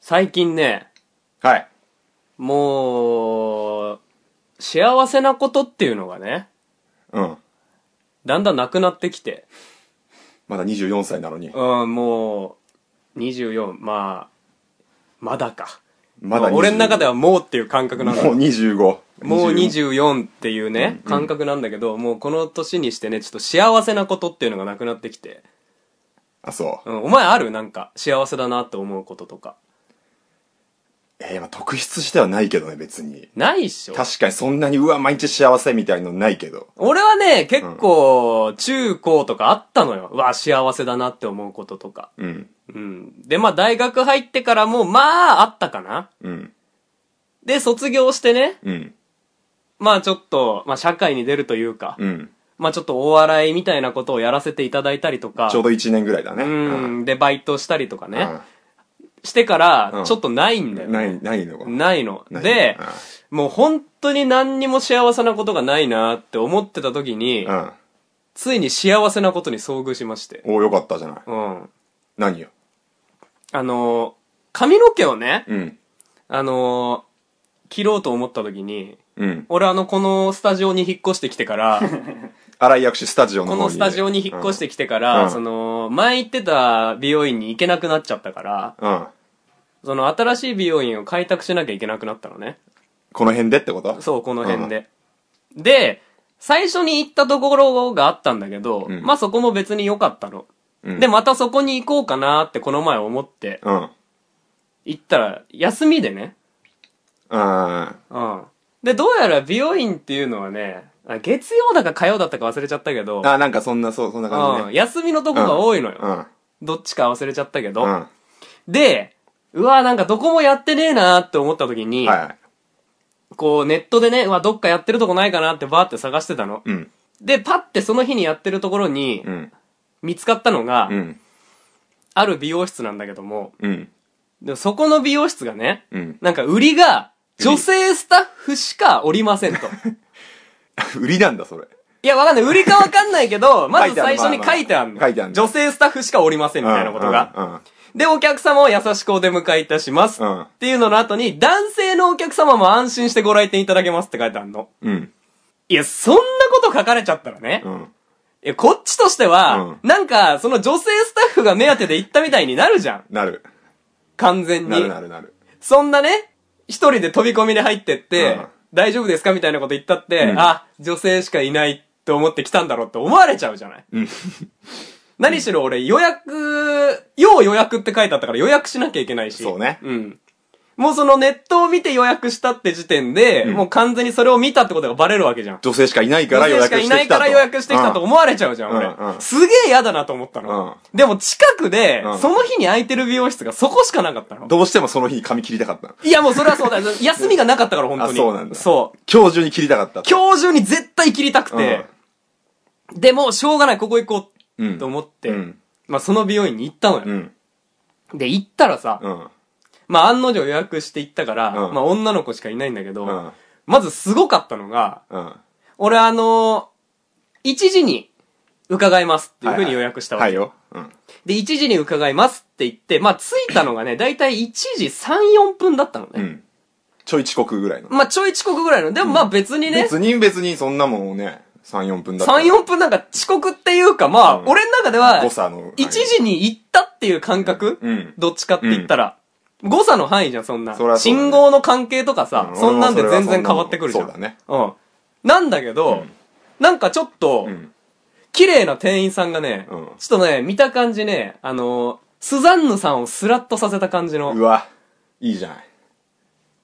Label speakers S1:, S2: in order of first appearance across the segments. S1: 最近ね、
S2: はい。
S1: もう、幸せなことっていうのがね、
S2: うん。
S1: だんだんなくなってきて、
S2: まだ24歳なのに。
S1: うん、もう、24、まあ、まだか。
S2: まだ
S1: まあ俺の中で
S2: は
S1: はもうっていう感覚なの
S2: もう25。
S1: もう
S2: 20
S1: 24っていうね、感覚なんだけど、もうこの年にしてね、ちょっと幸せなことっていうのがなくなってきて。
S2: あ、そう。
S1: うん、お前あるなんか、幸せだなって思うこととか。
S2: えー、まあ特筆してはないけどね、別に。
S1: ないっしょ
S2: 確かにそんなに、うわ、毎日幸せみたいのないけど。
S1: 俺はね、結構、中高とかあったのよ。うわ、幸せだなって思うこととか。
S2: うん。
S1: うん。で、まあ大学入ってからも、まあ、あったかな。
S2: うん。
S1: で、卒業してね、
S2: うん。
S1: まあちょっと、まあ社会に出るというか、
S2: うん。
S1: まあちょっとお笑いみたいなことをやらせていただいたりとか、
S2: ちょうど1年ぐらいだね。
S1: うん、で、バイトしたりとか
S2: うん。
S1: ね。してから
S2: うん、
S1: ちょっとないんだ
S2: う
S1: よ
S2: ん。
S1: ね、
S2: ない、ないのか。
S1: ないの。
S2: ない
S1: で、もう本当に何にも幸せなことがないなって思ってた時に
S2: う、ん。うん
S1: ついに幸せなことに遭遇しまして。
S2: おーよかったじゃない。
S1: うん。
S2: 何よ。
S1: あのー、髪の毛をね、
S2: うん。
S1: あのー、切ろうと思った時に、
S2: うん。
S1: 俺あの、このスタジオに引っ越してきて から、
S2: 荒井薬師スタジオの
S1: こ
S2: 方に。。
S1: のスタジオに引っ越しててきてから、
S2: うん
S1: その、前行ってた美容院に行けなくなっちゃったから、
S2: うん。
S1: その新しい美容院を開拓しなきゃいけなくなったのね。
S2: この辺でってこと
S1: そう、この辺で。で、最初に行ったところがあったんだけど、
S2: うん
S1: まあそこも別に良かったの。
S2: うん。
S1: で、またそこに行こうかなってこの前思って、
S2: うん。
S1: 行ったら、休みでね。
S2: うん。
S1: うん。で、どうやら美容院っていうのはね、あ月曜だか火曜だったか忘れちゃったけど、
S2: あ、なんかそんな、そう、そんな感じ
S1: うん、
S2: ね。
S1: 休みのとこが多いのよ。
S2: うん。
S1: どっちか忘れちゃったけど。
S2: うん。は
S1: で、うわなんかどこもやってねえなーって思った時に、
S2: いはい。
S1: こうネットでね、うわどっかやってるとこないかなってバーって探してたの。
S2: うん。
S1: で、パってその日にやってるところに
S2: う、ん。
S1: 見つかったのが、
S2: うん。
S1: ある美容室なんだけども、
S2: うん。
S1: でもそこの美容室がね、
S2: うん。
S1: なんか売りが、
S2: 売り
S1: 女性スタッフしかおりませんと。
S2: 売りなんだ、それ。
S1: いや、わかんない。売りかわかんないけど、まず最初に書いてあるの。
S2: 書いてあんの
S1: 女性スタッフしかおりませんみたいなことが。
S2: が。
S1: で、お客様を優しくお出迎えいたします。
S2: うん
S1: っていうのの後に、男性のお客様も安心してご来店いただけますって書いてあるの。
S2: うん。うん。
S1: いや、そんなこと書かれちゃったらね。
S2: うん。
S1: いや、こっちとしては、なんか、その女性スタッフが目当てで行ったみたいになるじゃん。
S2: なる。
S1: 完全に。
S2: なるなるなる。
S1: そんなね、一人で飛び込みで入ってって、
S2: うん
S1: 大丈夫ですかみたいなこと言ったって、
S2: うん
S1: あ、女性しかいないって思って来たんだろうって思われちゃうじゃない、
S2: うん
S1: 何しろ俺予約、要予約って書いてあったから予約しなきゃいけないし。
S2: そうね
S1: うん。もうそのネットを見て予約したって時点で、
S2: ん
S1: もう完全にそれを見たってことがバレるわけじゃん。
S2: 女性しかいないから予
S1: 女性しか
S2: 約して
S1: い
S2: きた
S1: な
S2: と。
S1: いから予約してきたと
S2: うん
S1: 思われちゃうじゃん、俺。
S2: うんうん
S1: すげえ嫌だなと思ったの。でも近くで、
S2: うん
S1: その日に空いてる美容室がそこしかなかったの。
S2: どうしてもその日に髪切りたかった。
S1: いや、もうそれはそうだ。 休みがなかったから、本当に。
S2: あそうなんだ
S1: そう。
S2: 今日中に切りたかった。
S1: 今日中に絶対切りたくて、でも、しょうがない、ここ行こ
S2: う
S1: う、
S2: ん。
S1: と思って、
S2: うん。
S1: まあ、その美容院に行ったの
S2: う
S1: よ。
S2: ん。
S1: で、行ったらさ、
S2: うん。
S1: まあ、案の定予約して行ったから、
S2: うん
S1: まあ、女の子しかいないんだけど、
S2: うん。
S1: まずすごかったのが、
S2: うん。
S1: 俺あのー、1時に伺いますっていうふうに予約したわけ。
S2: はいよ。うん。
S1: で、1時に伺いますって言って、まあ、着いたのがね、だいたい1時3、4分だったの
S2: う
S1: ね。
S2: ん。ちょい遅刻ぐらいの。
S1: まあ、ちょい遅刻ぐらいの。でも、まあ、別にね、
S2: 別に別にそんなもんね、3、4分だったら。
S1: 3、4分なんか遅刻っていうか、まあ、
S2: うん
S1: 俺の中では、
S2: 誤差の。
S1: 1時に行ったっていう感覚、
S2: うん
S1: どっちかって言ったら。誤差の範囲じゃん、そんな。
S2: そりゃそうだね
S1: 信号の関係とかさ、
S2: うん
S1: そんなんで
S2: 俺も
S1: 全
S2: それは
S1: 然変わってくるじゃん。
S2: そんなもんそう
S1: うん。なんだけど、なんかちょっと、
S2: うん。
S1: 綺麗な店員さんがね、
S2: うん
S1: ちょっとね、見た感じね、あのースザンヌさんをスラッとさせた感じの
S2: うわ、いいじゃない。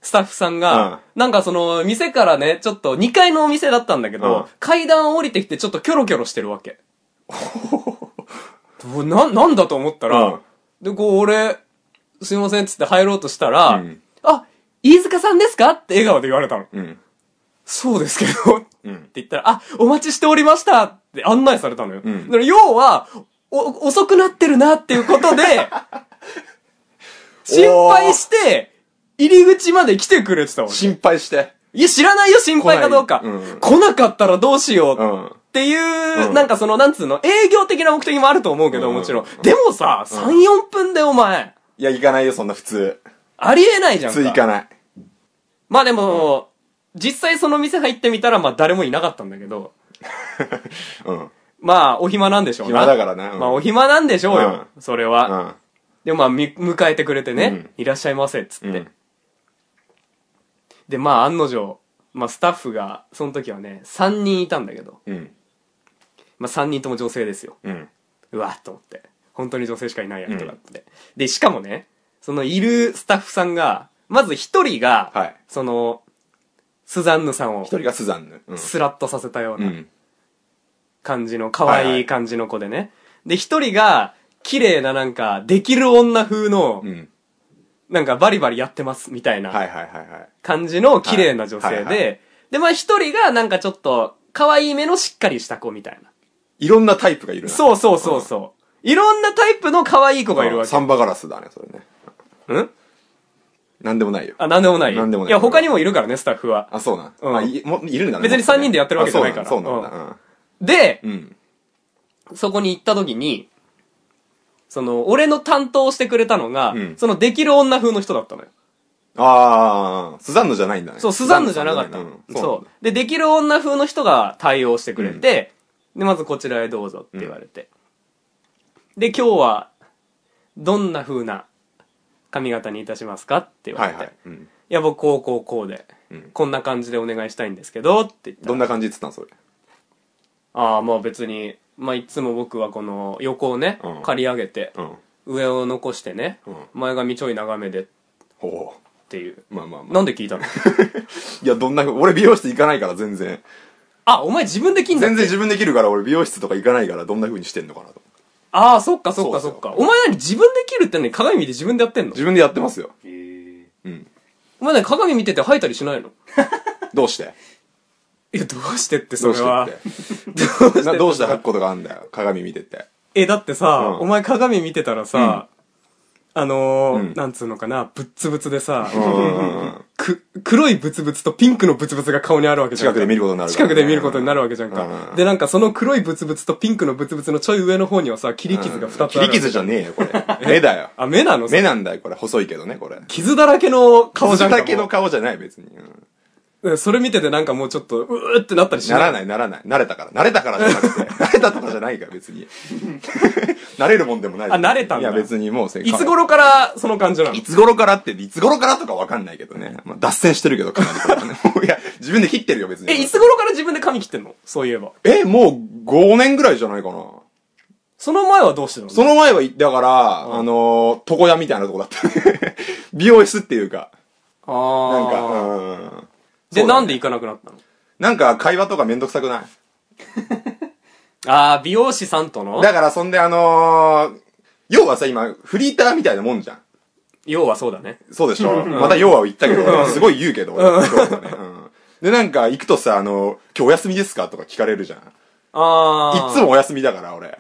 S1: スタッフさんが、なんかその、店からね、ちょっと2階のお店だったんだけど、
S2: うん
S1: 階段を降りてきてちょっとキョロキョロしてるわ け。どうな、なんだと思ったら、
S2: うん
S1: で、こう俺、すいませんっつって入ろうとしたら、
S2: うん
S1: あ、飯塚さんですかって笑顔で言われたの。
S2: うん。
S1: そうですけど、って
S2: うん。
S1: 言ったら、あ、お待ちしておりましたって案内されたのよ。
S2: うん
S1: だから要は、お、遅くなってるなっていうこと で、心配して、入り口まで来てくれてたわけ。
S2: 心配して。
S1: いや、知らないよ、心配かどうか。
S2: 来
S1: 来
S2: な
S1: ない,、
S2: いうん
S1: かったらどうしよう
S2: う
S1: っ
S2: ん。
S1: ていう、
S2: うん
S1: なんかその、なんつうの、営業的な目的もあると思うけど、
S2: うん
S1: もちろん。でもさ、3、4分でお前、
S2: いや、行かないよ、そんな普通。
S1: ありえないじゃんか。
S2: ついかない。
S1: まあでも、実際その店入ってみたら、まあ誰もいなかったんだけど、
S2: うん。
S1: まあお暇なんでしょうな。
S2: 暇だからなうん
S1: まあお暇なんでしょうよ、それは。
S2: うん。
S1: で、まあみ迎えてくれてね、
S2: うん
S1: いらっしゃいませ、っつって。
S2: うん
S1: で、まあ案の定、まあスタッフが、その時はね、3人いたんだけど、
S2: うん。
S1: まあ3人とも女性ですよ。
S2: うん。
S1: うわっと思って。本当に女性しかいないやとかって。で、しかもね、そのいるスタッフさんが、まず一人が、
S2: はい
S1: その、スザンヌさんを
S2: 一、人がスザンヌ。うん
S1: スラッとさせたよう
S2: う。
S1: なん感じの、可愛
S2: はい
S1: い感じの子でね。で、一人が、綺麗ななんか、できる女風の
S2: う、ん。
S1: なんかバリバリやってます、みたいな
S2: はいはいはいはい。
S1: 感じの綺麗な女性
S2: はいはい
S1: で、で、まあ一人がなんかちょっと、可愛い目のしっかりした子みたいな。
S2: いろんなタイプがいるな。
S1: そうそうそうそう。いろんなタイプの可愛い子がいるわけ。
S2: サンバガラスだね、それね。
S1: うん
S2: なんでもないよ。
S1: あ、なんでもない。
S2: なんでもない
S1: いや、他にもいるからね、スタッフは。
S2: あ、そうな。
S1: うん
S2: あ、いもいるんだね。
S1: 別に三人でやってるわけじゃないから
S2: あそうなんだ。そうなんだ
S1: で
S2: う、ん。
S1: そこに行った時に、その、俺の担当してくれたのが、
S2: うん
S1: その、できる女風の人だったのよ。
S2: あー、スザンヌじゃないんだね。
S1: そう、スザンヌじゃなかった
S2: う
S1: の。
S2: ん
S1: そう。で、できる女風の人が対応してくれて、で、まずこちらへどうぞって言われて。で、今日は、どんな風な髪型にいたしますかって言わ
S2: は
S1: れ
S2: い
S1: て。
S2: はい
S1: い。
S2: うん
S1: や、僕、こう、こう、こうで、
S2: うん
S1: こんな感じでお願いしたいんですけど、って言ったら
S2: どんな感じって言ってたの、それ。
S1: ああまあ別にまあいつも僕はこの横をね、
S2: うん
S1: 刈り上げて、
S2: うん。
S1: 上を残してね、
S2: うん
S1: 前髪ちょい長めでっ
S2: ほ
S1: ていう
S2: う。まあまあまあ。
S1: なんで聞いたの
S2: いや、どんな、俺美容室行かないから、全然。
S1: あお前自分で切んだ
S2: 全然自分できるから、俺美容室とか行かないから、どんな風にしてんのかなと。
S1: ああそっかそっかそ
S2: そ
S1: うっ
S2: そう
S1: かお前何自分で切るってのに鏡見て自分でやってんの
S2: 自分でやってますよ。
S3: え
S2: うん。
S1: お前何鏡見てて吐いたりしないの
S2: どうして
S1: いやどうしてって
S2: ど
S1: そうれは
S2: してっ
S1: どうして
S2: て。などうして履くことがあんだよ。鏡見てて。
S1: えだってさ、
S2: うん
S1: お前鏡見てたらさ、あのー
S2: うん
S1: なんつうのかなぶっつぶつでさ、
S2: うん。
S1: く、黒いブツブツとピンクのブツブツが顔にあるわけじゃんか。
S2: 近くで見ることになるから
S1: 近くで見ることになるわけじゃん
S2: う
S1: か
S2: ん。
S1: で、なんかその黒いブツブツとピンクのブツブツのちょい上の方にはさ、切り傷が2つ
S2: 切
S1: ある。
S2: り傷じゃねえ よ、これ。目だよ。
S1: あ、目なの
S2: 目なんだよ、これ。細いけどね、これ。
S1: 傷だらけの顔じゃんか。
S2: だけの
S1: も
S2: 顔じゃない、別に。うん
S1: ううんそれ見ててなんかもうちょっと、うーってなったりし
S2: な
S1: ない。
S2: らない、ならない。慣れたから。慣れたからじゃなくて。 慣れたとかじゃないから、別 に。慣れるもんでもない。
S1: あ慣れたんだ
S2: いや、別にもうせ
S1: いつ頃からその感じなの
S2: いつ頃からって、いつ頃からとかわかんないけどね。まあ、脱線してるけど、かなりこれはね。も ういや、自分で切ってるよ、別に。
S1: え、いつ頃から自分で髪切ってんのそういえば。
S2: え、もう5年ぐらいじゃないかな。
S1: その前はどうしてたの
S2: その前は、だから、あのー、床屋みたいなとこだった ね。美容室っていうか。
S1: あ
S2: なんか、
S1: ー。
S2: うん。
S1: で、
S2: そうだね
S1: なんで行かなくなったの
S2: なんか会話とかめんどくさくない
S1: あー、美容師さんとの
S2: だから、そんであのー、要はさ、今、フリーターみたいなもんじゃん。
S1: 要はそうだね。
S2: そうでしょまた要は言ったけど、すごい言うけど、俺そうだねうんで、なんか、行くとさ、あの、今日お休みですかとか聞かれるじゃん。い
S1: あー。
S2: っつもお休みだから、俺。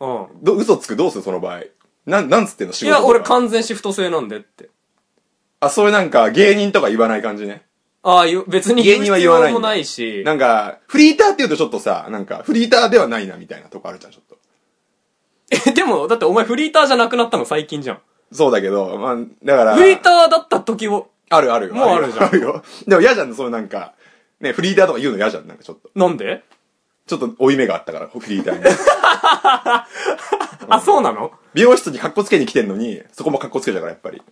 S1: も。うん。
S2: ど、嘘つくどうするその場合。なん、なんつってんの仕
S1: い
S2: 事と
S1: や、
S2: か。
S1: 俺完全シフト制なんでって。
S2: あ、そういうなんか、芸人とか言わない感じね。
S1: ああ、よ別に
S2: 芸人は言わないんだ
S1: 必要もないし。
S2: なんか、フリーターって言うとちょっとさ、なんか、フリーターではないな、みたいなとこあるじゃん、ちょっと。
S1: え、でも、だってお前フリーターじゃなくなったの最近じゃん。
S2: そうだけど、まあ、だから。
S1: フリーターだった時を、
S2: あるあるよ。
S1: もうあるじゃん
S2: あるよ。でも嫌じゃん、そういうなんか、ね、フリーターとか言うの嫌じゃん、なんかちょっと。
S1: なんで、
S2: ちょっと負い目があったから、フリータ ーに。
S1: あ、そうなの
S2: 美容室に格好つけに来てんのに、そこも格好つけたから、やっぱり。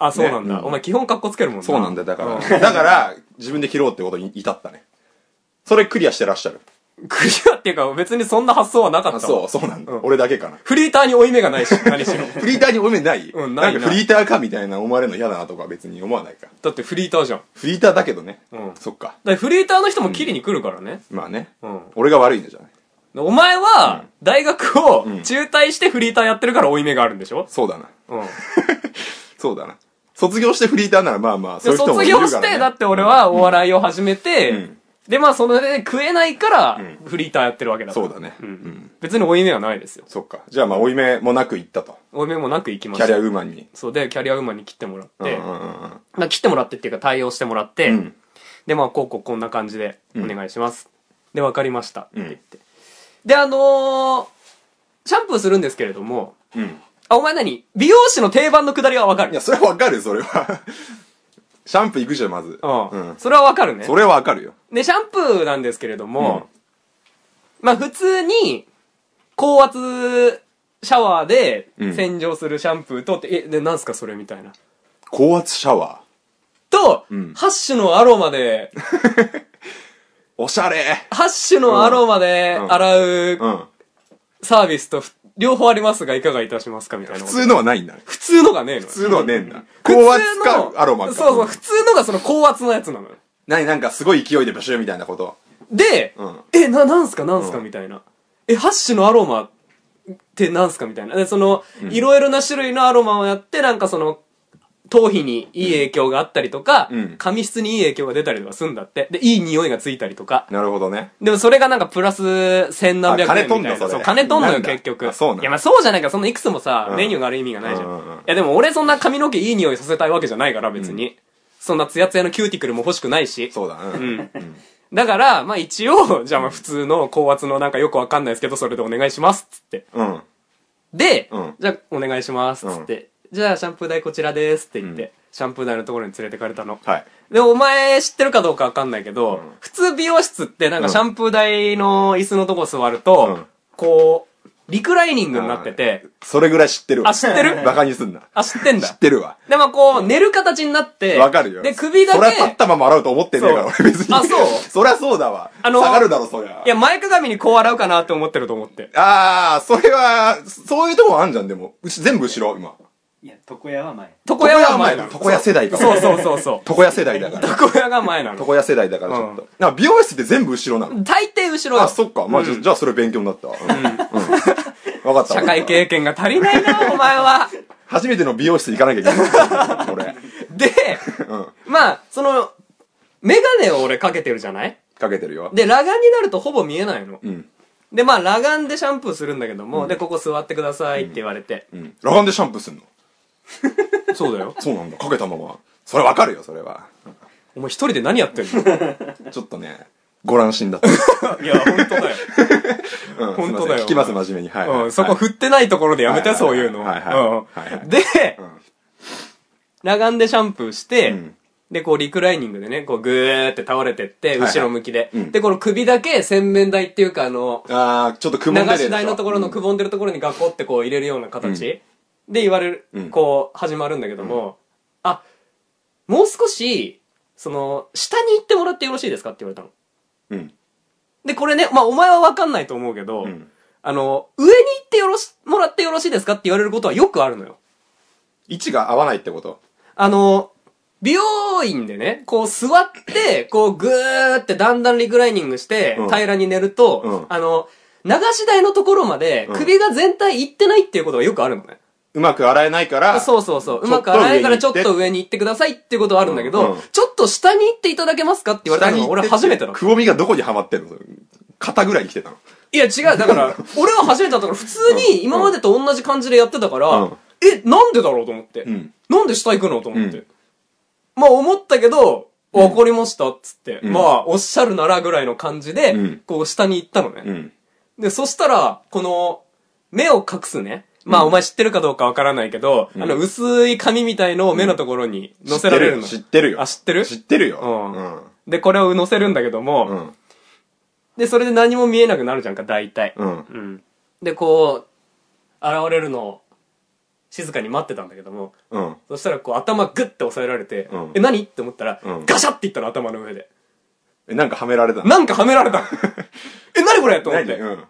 S1: あ、そうなんだ。
S2: ねうん
S1: お前基本格好つけるもんな
S2: そうなんだよ、だから。だから、自分で切ろうってことに至ったね。それクリアしてらっしゃる。
S1: クリアっていうか、別にそんな発想はなかった
S2: あ、
S1: わ
S2: そう、そうなんだ。俺だけかな。
S1: フリーターに負い目が ないし、何しろ。
S2: フリーターにおめない
S1: うんない
S2: んかフリーターかみたいな思われるの嫌だなとか別に思わないか。
S1: だってフリーターじゃん。だ
S2: フリーターだけどね。
S1: うん
S2: そっか。
S1: ってフリーターの人も切りに来るからね。
S2: まあね。
S1: うん
S2: 俺が悪いのじゃない。
S1: でお前は、大学を
S2: ん
S1: 中退してフリーターやってるから負い目があるんでしょ
S2: そうだな。
S1: うん。
S2: そうだな。卒業してフリーターならまあまあ、そういう人も
S1: 卒
S2: いるから、
S1: 業
S2: ね。
S1: して、だって俺はお笑いを始めて、
S2: うん
S1: で、まあそれで食えないから、フリーターやってるわけだから。
S2: そうだね。うん。
S1: 別に負い目はないですよ。
S2: そっか。じゃあまあ、負い目もなく行ったと。
S1: 負い目もなく行きま
S2: キ
S1: した
S2: ャリアウーマンに。
S1: そうで、キャリアウーマンに切ってもらっ
S2: うんう
S1: て、
S2: んうんうん。
S1: まあ切ってもらってっていうか対応してもらって、
S2: うん
S1: で、まあ、こうこうこんな感じでお願いします。で、わかりました。って言って。で、あのーシャンプーするんですけれども、
S2: うん。
S1: あ、お前何美容師の定番のくだりはわか
S2: い
S1: る
S2: や、。それはわかる、それは。 シャンプー行くじゃん、まず。
S1: うん。
S2: うん。
S1: それはわかるね。
S2: それはわかるよ。
S1: で、シャンプーなんですけれども、まあ普通に、高圧シャワーで
S2: うん
S1: 洗浄するシャンプーとって、え、で、なんすかそれみたいな。
S2: 高圧シャワ
S1: と、
S2: うん
S1: ハッシュのアロマで、
S2: ー。おしゃれ
S1: ハッシュのアロマで
S2: うん
S1: 洗う
S2: うん。
S1: サービスとふ両方ありますが、いかがいたしますかみたいな
S2: 普
S1: こと。
S2: 通のはないんだね。
S1: 普通のがねえのよ。普
S2: 普通のはねえんだ。高圧かアロマか。
S1: そうそう、普通のがその高圧のやつなのよ。
S2: 何なんかすごい勢いでブシューみたいなこと。
S1: で、
S2: うん
S1: え、な、なんすかなんすか、
S2: うん
S1: みたいな。え、ハッシュのアロマってなんすかみたいな。で、その、いろいろな種類のアロマをやって、なんかその、頭皮にいい影響があったりとか、
S2: うん
S1: 髪質にいい影響が出たりとかするんだって。で、いい匂いがついたりとか。
S2: なるほどね。
S1: でもそれがなんかプラス千何百円みたいな。
S2: あ金とんのそれ
S1: そう、金とんの
S2: な
S1: よ
S2: んだ
S1: 結局。
S2: あそうなんだ
S1: いやまあそうじゃないから、そのいくつもさ、
S2: うん
S1: メニューがある意味がないじゃん。
S2: うんうんうん
S1: いやでも俺そんな髪の毛いい匂いさせたいわけじゃないから別に。そんなツヤツヤのキューティクルも欲しくないし。
S2: そうだ。う。
S1: うんん。だから、まあ一応、 じゃあまあ普通の高圧のなんかよくわかんないですけど、それでお願いしますっつって。
S2: うん。
S1: で、
S2: うん
S1: じゃあお願いしますっつって、じゃあシャンプー台こちらですって言って、シャンプー台のところに連れてかれたの。
S2: はい。
S1: で、お前知ってるかどうかわかんないけど、普通美容室ってなんかシャンプー台の椅子のとこ座ると、
S2: うん
S1: こう、リクライニングになってて、
S2: それぐらい知ってるわ。
S1: あ知ってる
S2: バカにすんな。
S1: あ、知ってん
S2: 知
S1: だ
S2: っ。てるわ。
S1: でもこう、寝る形になって、
S2: わかるよ。
S1: で、首だ
S2: そりゃ立っ
S1: け、
S2: たまま洗うと思ってねえから、
S1: そ
S2: 俺別に。
S1: あそう
S2: そりゃそうだわ。
S1: あの
S2: 下がるだろ、そりゃ。
S1: いや、前かがみにこう洗うかなって思ってると思って。
S2: あー、それは、そういうとこあんじゃん、でも。うち全部後ろ、今。
S3: いや床屋は前
S1: 床屋は前なの。
S2: 床屋世代か
S1: そう
S2: ら。
S1: そうそうそう。
S2: 床屋世代だから。
S1: 床屋が前なの。
S2: 床屋世代だから、ちょっ
S1: う
S2: と。なんか美容室って全部後ろなの。
S1: 大抵後ろよ
S2: あ、そっか。まあ、じゃじゃあそれ勉強になったわ。 うん。うんわかった。
S1: 社会。経験が足りない な、お前は。
S2: 初めての美容室行かなきゃいけない。 俺。
S1: で、
S2: うん。
S1: まあ、その、メガネを俺かけてるじゃない
S2: かけてるよ。
S1: で、裸眼になるとほぼ見えないの。
S2: うん。
S1: で、まあ、裸眼でシャンプーするんだけども、で、ここ座ってくださいって言われて。
S2: うん。裸眼でシャンプーすんの
S1: そうだよ。
S2: そうなんだ。かけたまま。それわかるよ、それは。
S1: お前一人で何やってんの
S2: ちょっとね、ご乱心だった。
S1: いや、本当だよ。
S2: うん
S1: 本当だよ
S2: すいません聞きます、真面目に。はい。
S1: うん、そこ
S2: はい
S1: 振ってないところでやめて、
S2: はい
S1: そういうの。
S2: はいはいはい
S1: うん
S2: はい
S1: で、
S2: ん
S1: 裸眼でシャンプーして、
S2: うん
S1: で、こうリクライニングでね、こうグーって倒れてって、
S2: いはい
S1: 後ろ向きで。
S2: うん
S1: で、この首だけ洗面台っていうか、あの、
S2: あー、ちょっとく
S1: 流
S2: ぼんでるやつ
S1: し台のところのくぼんでるところにガコってこう入れるような形、で言われる、
S2: うん
S1: こう始まるんだけども、あ、もう少し、その、下に行ってもらってよろしいですかって言われたの。
S2: うん。
S1: で、これね、まあお前はわかんないと思うけど、
S2: うん
S1: あの、上に行ってよろし、もらってよろしいですかって言われることはよくあるのよ。
S2: 位置が合わないってこと
S1: あの、美容院でね、こう座って、こうぐーってだんだんリクライニングして
S2: うん、
S1: 平らに寝ると、
S2: うん
S1: あの、流し台のところまで
S2: うん
S1: 首が全体いってないっていうことがよくあるのね。
S2: うまく洗えないから、
S1: そうそうそう。う
S2: ちょ
S1: ま
S2: っと
S1: く洗えからちょっ
S2: 上に行って
S1: と上に行ってくださいっていうことはあるんだけ
S2: うんう
S1: ど
S2: ん、
S1: ちょっと下に行っていただけますかって言われたのが俺初めてだった。
S2: くぼみがどこにはまってんの肩ぐらいに来てたの。
S1: いや違う、だから、俺は初めてだったから、普通に今までと同じ感じでやってたから、
S2: うん
S1: え、なんでだろうと思って。
S2: うん
S1: なんで下行くのと思って。
S2: うん
S1: まあ思ったけど、わかりました、っつって。
S2: ん
S1: まあ、おっしゃるならぐらいの感じで、
S2: うん
S1: こう下に行ったのね。
S2: うん。
S1: で、そしたら、この、目を隠すね。まあ、お前知ってるかどうかわからないけど、あの、薄い紙みたいのを目のところに乗せられるの。
S2: 知ってるよ。
S1: あ、知ってる
S2: 知ってるよ。
S1: うん
S2: うん。
S1: で、これを乗せるんだけども、
S2: うん。
S1: で、それで何も見えなくなるじゃんか、大体。
S2: うん。
S1: うん。で、こう、現れるのを、静かに待ってたんだけども、
S2: うん。
S1: そしたらこう頭グッて押さえられて、
S2: うん
S1: え、何って思ったら、
S2: うん
S1: ガシャっていったの頭の上で。
S2: え、なんかはめられたの
S1: なんかはめられ たのえ、何これと思っ
S2: 何
S1: て。
S2: うん。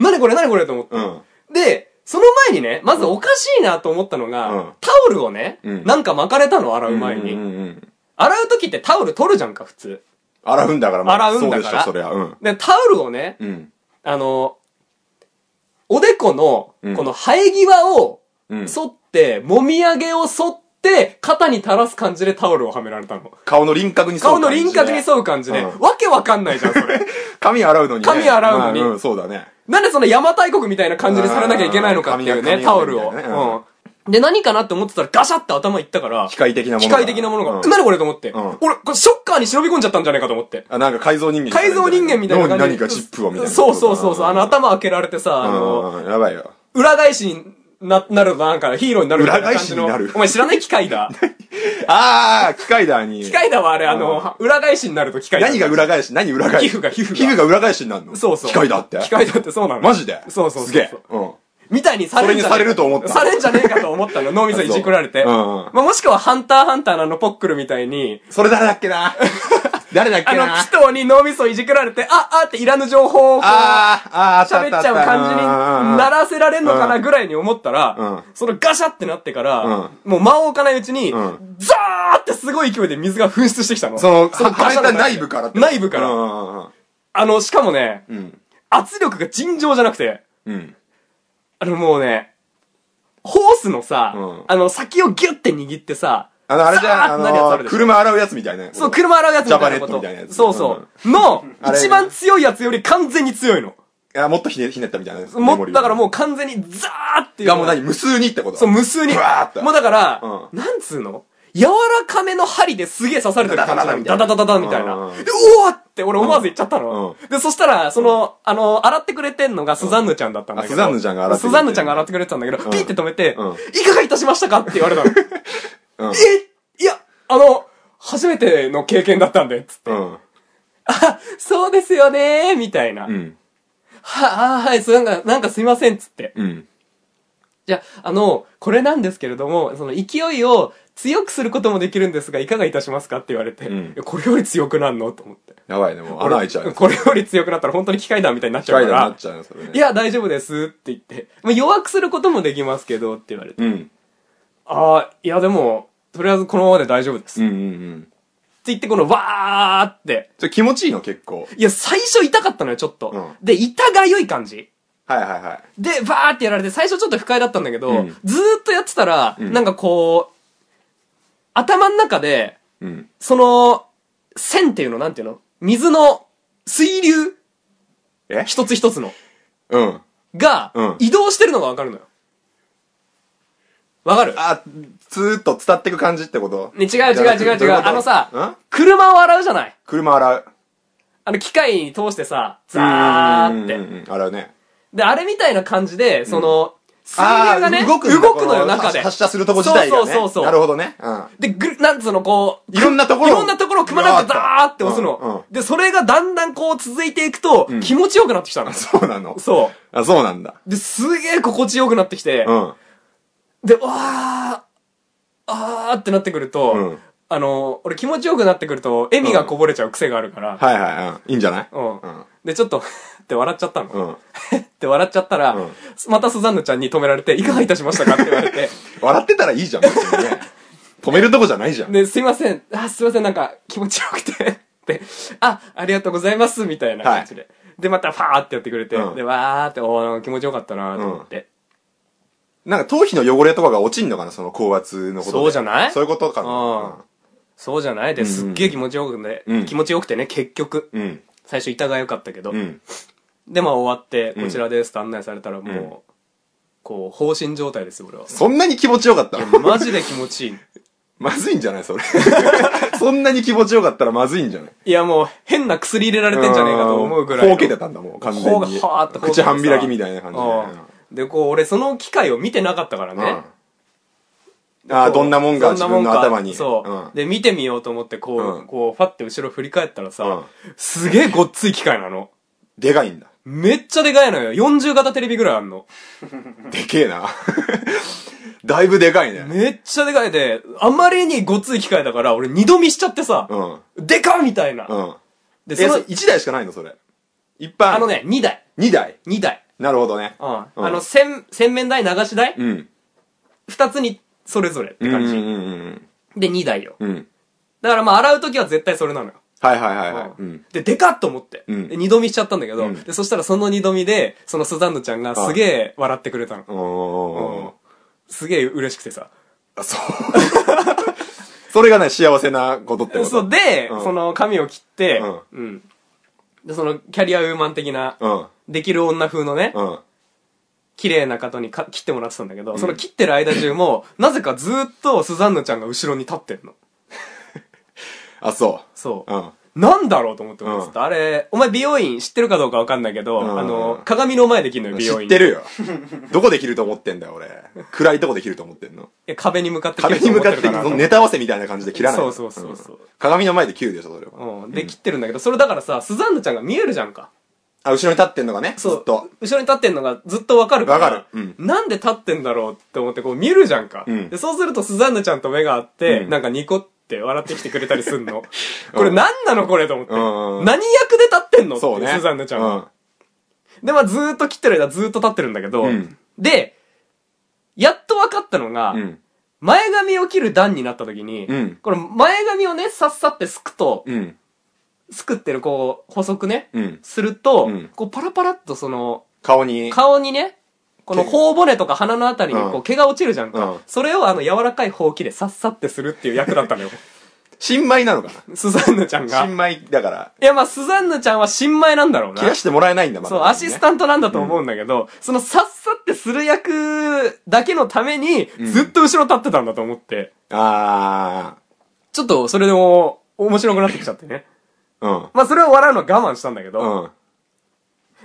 S1: 何これ何これと思って、
S2: うん。
S1: で、その前にね、まずおかしいなと思ったのが、
S2: うん
S1: タオルをね、
S2: うん
S1: なんか巻かれたの洗う前に。
S2: うんうんうん。
S1: 洗う時ってタオル取るじゃんか、普通。
S2: 洗うんだから、まあ
S1: 洗うんだから
S2: そうでしょ、そりゃ。うん。
S1: で、タオルをね、
S2: うん。
S1: あの、おでこの
S2: うん、
S1: この生え際を、
S2: うん。
S1: 剃って、もみあげを剃って、肩に垂らす感じでタオルをはめられたの。
S2: 顔の輪郭に沿う
S1: 顔の
S2: 感じで
S1: 輪郭に沿う感じで、
S2: うん
S1: わけわかんないじゃん、それ。
S2: 髪洗うのにね。
S1: 髪洗うのに
S2: まあうん、そうだね。
S1: なんでその邪馬台国みたいな感じにされなきゃいけないのかっていう
S2: あ
S1: ね、
S2: ー
S1: タオルを。
S2: 髪が髪がね
S1: うん。で、何かなって思ってたらガシャって頭いったから、
S2: 機械的なもの
S1: 機
S2: が。
S1: 械的なものが、
S2: うん
S1: 何これと思って、
S2: うん
S1: 俺、これショッカーに忍び込んじゃったんじゃないかと思って。
S2: あ、なんか改造人間みたい
S1: 改
S2: な
S1: 造人間みたいな感じ
S2: 脳に何かチップをみたいな。
S1: そうそうそうそう、あの頭開けられてさ、あ
S2: あ
S1: の、
S2: の、やばいよ。
S1: 裏返しにな、なるとなんかヒーローになるみたいな感じの。
S2: 裏返しになる
S1: お前知らない機械 だ。
S2: ああ、機械だに。
S1: 機械だはあれ、あの、裏返しになると機械だ。
S2: 何が裏返し何裏返し
S1: 皮膚が皮膚が
S2: 裏返しになるの
S1: そうそう。
S2: 機械だって
S1: 機械だってそうなの。
S2: マジで
S1: そうそうそうそう。
S2: すげえ。うん。
S1: みたいにされるんじゃねえか
S2: それにされると思った
S1: されんじゃねえかと思ったの。脳みそいじくられて。
S2: あそううんうん
S1: まあ、もしくは、ハンターハンターのあのポックルみたいに、
S2: それ誰だっけ な誰だっ
S1: あ
S2: け
S1: の、
S2: な
S1: 鬼頭に脳みそいじくられて、あ、あっていらぬ情報をこう、
S2: あーあー、あったあ
S1: 喋っ
S2: ったあった
S1: ちゃう感じにならせられんのかなぐらいに思ったら
S2: う、
S1: そのガシャってなってから、
S2: うん
S1: もう間を置かないうちに、
S2: ん
S1: ザーってすごい勢いで水が噴出してきたの。
S2: その、
S1: ガシャの
S2: はめた内部からってこと
S1: 内部から。
S2: うんうんうん
S1: あの、しかもね、
S2: うん。
S1: 圧力が尋常じゃなくて、
S2: うん。
S1: あのもうね、ホースのさ、
S2: うん
S1: あの先をギュッて握ってさ、
S2: あの、あれじゃ
S1: ザ
S2: ん、
S1: ー
S2: あ
S1: ってなるやつある
S2: の、
S1: でしょ
S2: 車洗うやつみたいな。
S1: そう、車洗うやつみたいなこと。
S2: ジャパネットみたいなやつ
S1: そうそう。の、
S2: あれ
S1: 一番強いやつより完全に強いの。
S2: いや、もっとひね、ひねったみたいな。
S1: もう、だからも
S2: う。
S1: う完全にザーっていうの
S2: がもう何無数にってこと
S1: そう、無数に。
S2: ブワーって
S1: もうだから、
S2: う
S1: なんつうの柔らかめの針ですげえ刺されてる感じなの。ダ
S2: ダ
S1: ダダダ
S2: ダダダ
S1: ダ
S2: ダ
S1: み
S2: み
S1: た
S2: た
S1: い
S2: い
S1: な。
S2: な
S1: で、お
S2: うんうんう
S1: ー
S2: ん
S1: って俺思わず言っちゃったの。で、そしたら、その、あの、洗ってくれてんのがスザンヌちゃんだったんだけど。
S2: あスザンヌちゃんが洗ってくれて
S1: スザンヌちゃんが洗ってくれてたんだけど、ピッて止めて
S2: うん、
S1: いかがいたしましたかって言われたの。
S2: うん
S1: えいや、あの、初めての経験だったんで、つって。
S2: うん。
S1: あ、そうですよねー、みたいな。
S2: うん。
S1: は、あーはい、そうなんか、なんかすいません、つって。
S2: うん。
S1: じゃあ、あの、これなんですけれども、その勢いを強くすることもできるんですが、いかがいたしますかって言われて、
S2: うん
S1: いやこれより強くなんのと思って。
S2: やばいね、もう穴開いちゃう。
S1: これ より強くなったら本当に機械弾みたいになっち
S2: 機
S1: ゃう
S2: 械
S1: か
S2: だになっ
S1: ら、
S2: ちゃうね、それね。
S1: いや、大丈夫ですって言って、まあ、弱くすることもできますけどって言われて、
S2: うん。
S1: ああ、いやでも、とりあえずこのままで大丈夫です。
S2: う
S1: って
S2: んうんうん。
S1: 言って、このわーって、
S2: それ気持ちいいの、結構。
S1: いや、最初痛かったのよ、ちょっと。
S2: うん
S1: で、痛がゆい感じ。
S2: はいはいはい。
S1: で、バーってやられて、最初ちょっと不快だったんだけど、
S2: うん
S1: ずーっとやってたら、
S2: うん
S1: なんかこう、頭の中で、
S2: うん。
S1: その、線っていうの、なんていうの水の水流
S2: え
S1: 一つ一つの、
S2: うん。
S1: が
S2: うん、
S1: 移動してるのがわかるのよ。わかる
S2: あ、ずーっと伝ってく感じってこと
S1: ね違う違う違う
S2: じゃなくて
S1: 違う
S2: どいこと
S1: あのさ
S2: ん
S1: 車を洗うじゃない
S2: 車洗う。
S1: あの機械に通してさ、ザーっ
S2: うん
S1: て。
S2: うんうん。洗うね。
S1: で、あれみたいな感じで、その、水
S2: あ
S1: 流がね、
S2: ー動くんだ
S1: 動くのよ、
S2: こ
S1: 中で。
S2: 発射するとこ自体
S1: そ
S2: がね。
S1: うそうそうそう
S2: なるほどね。うん。
S1: で、ぐ、なんつうの、こう、
S2: いろんなところを
S1: いろんなところをくまなくザーって押す
S2: うんうん
S1: の。で、それがだんだんこう続いていくと、気持ちよくなってきたの。
S2: そうなの。
S1: そ
S2: あ、そうなんだ。
S1: う。で、すげえ心地よくなってきて
S2: う、ん。
S1: で、わー、あーってなってくる
S2: う
S1: と
S2: ん、
S1: あの、俺気持ちよくなってくると、笑みがこぼれちゃう癖があるから、
S2: はいはい、うん。いいんじゃない
S1: うん
S2: うん。
S1: で、ちょっと、 って笑っちゃ った
S2: う
S1: の。
S2: ん。
S1: って笑っちゃったら
S2: うん、
S1: またスザンヌちゃんに止められて、いかがいたしましたかって言われて、
S2: 笑ってたらいいじゃん、別に ね。止めるとこじゃないじゃん。
S1: で、すいません、あ、すいません、なんか気持ちよくて、って、あ、ありがとうございます、みたいな感じで。で、またファーってやってくれて、
S2: うん
S1: で、わーって、おーなんか気持ちよかったなと思って。
S2: なんか頭皮の汚れとかが落ちんのかな、その高圧のことで。
S1: そうじゃない
S2: そういうことか
S1: うん
S2: な。
S1: そうじゃないで、すっげえ気持ちよくね、
S2: うん
S1: 気持ちよくてね、結局。
S2: うん。うん。
S1: 最初痛が良かったけど。
S2: うん。
S1: で、まあ終わって、
S2: うん
S1: こちらですと案内されたらもう、
S2: うん
S1: こう、放心状態ですよ、俺は。
S2: そんなに気持ちよかったの
S1: マジで気持ちいい。
S2: まずいんじゃないそれ。 そんなに気持ちよかったらまずいんじゃない
S1: いや、もう、変な薬入れられてんじゃねえかと思うぐらいの。
S2: ほうけてたんだ、もう完全
S1: こ
S2: に。
S1: うはーってこう
S2: 口半開きみたいな感じで
S1: うんでこう俺その機会を見てなかったから
S2: うん。
S1: ね、
S2: うんああ、どんなもんが自
S1: そな
S2: 分の
S1: か
S2: 頭に。
S1: そう、
S2: うん
S1: で見てみようと思ってこう、
S2: うん
S1: こうファって後ろ振り返ったらさ、
S2: うん
S1: すげえごっつい機械なの
S2: でかいんだ。
S1: めっちゃでかいのよ40型テレビぐらいあんの
S2: でけえな。 だいぶでかいね。
S1: めっちゃでかいであまりにごっつい機械だから俺二度見しちゃってさ、
S2: うん。
S1: でかっみたいな、
S2: うん。
S1: で
S2: え、
S1: その
S2: それ1台しかないのそれ。一般。
S1: あの。ね2台
S2: 2台。
S1: 2台
S2: なるほどね
S1: う。ん、
S2: うん
S1: あの洗洗面台流し台、
S2: うん。
S1: 二2つにそれぞれって感じ、
S2: うんうんうん
S1: で2台よ
S2: うん。うん。
S1: だからまあ洗う時は絶対それなのよ
S2: はいはいはいはい。うん。
S1: で、でかっと思って。
S2: うん
S1: で二度見しちゃったんだけど、
S2: うん
S1: で、そしたらその二度見で、そのスザンヌちゃんがすげえ笑ってくれたの。
S2: おー。
S1: すげえ嬉しくてさ。
S2: あ、そう。 それがね、幸せなことってこと。
S1: そう、で、
S2: うん
S1: その髪を切って、う、
S2: うん
S1: で、そのキャリアウーマン的な、
S2: うん。
S1: できる女風のね、
S2: うん。
S1: 綺麗な方にか切ってもらってたんだけど、その切ってる間中も、なぜかずーっとスザンヌちゃんが後ろに立ってんの。
S2: あ、そ
S1: そう
S2: う。。うん。
S1: なんだろうと思って俺ずっとあれ、お前美容院知ってるかどうかわかんないけど、
S2: うん
S1: あの、鏡の前できるのよ、美容
S2: 知
S1: 院。
S2: ってるよ。どこできると思ってんだよ、俺。暗いとこできると思ってんの。
S1: いや壁に向かって
S2: 壁に向かって、そのネ
S1: ッ
S2: タ合わせみたいな感じで切らないの。
S1: そうそうそうそうん
S2: 鏡の前で切るでしょ、それは。
S1: ト。うん。で、切ってるんだけど、それだからさ、スザンヌちゃんが見えるじゃんか。
S2: あ、後ろに立ってんのがね、ず
S1: そう
S2: っと。
S1: 後ろに立ってんのがずっとわかるから。
S2: わかる
S1: なんで立ってんだろうって思ってこう見るじゃんか。
S2: うん
S1: で、そうするとスザンヌちゃんと目が合って、
S2: うん
S1: なんかニコって笑ってきてくれたりすんの。
S2: うん
S1: これ何なのこれと思って。
S2: うんうんうん
S1: 何役で立ってんの
S2: そう
S1: っ
S2: ね。
S1: ていうスザンヌちゃん
S2: う
S1: は。
S2: ん。
S1: で、まあずーっと切ってる間ずーっと立ってるんだけど、
S2: うん
S1: で、やっと分かったのが、
S2: うん。
S1: 前髪を切る段になった時に、
S2: うん
S1: これ前髪をね、さっさってすくと、
S2: うん。
S1: すくってるこう、細くね、
S2: うん。
S1: すると、
S2: うん
S1: こうパラパラっとその、
S2: 顔に。
S1: 顔にね、この
S2: 毛
S1: 頬骨とか鼻のあたりにこ
S2: う
S1: うん毛が落ちるじゃんか。
S2: うん
S1: それをあの柔らかいほうきでさっさってするっていう役だったのよ。
S2: 新米なのか
S1: スザンヌちゃん
S2: な
S1: が。
S2: 新米だから、
S1: いやまあスザンヌちゃんは新米なんだろうな。
S2: 切らしてもらえないんだ、まだ。
S1: そう、アシスタントなんだと思うんだけど、そのさっさってする役だけのために、
S2: ん
S1: ずっと後ろ立ってたんだと思って、
S2: あ
S1: ちょっとそれでも面白くなってきちゃってね。
S2: ー。
S1: まあそれを笑うのは我慢したんだけど、
S2: うん。うん。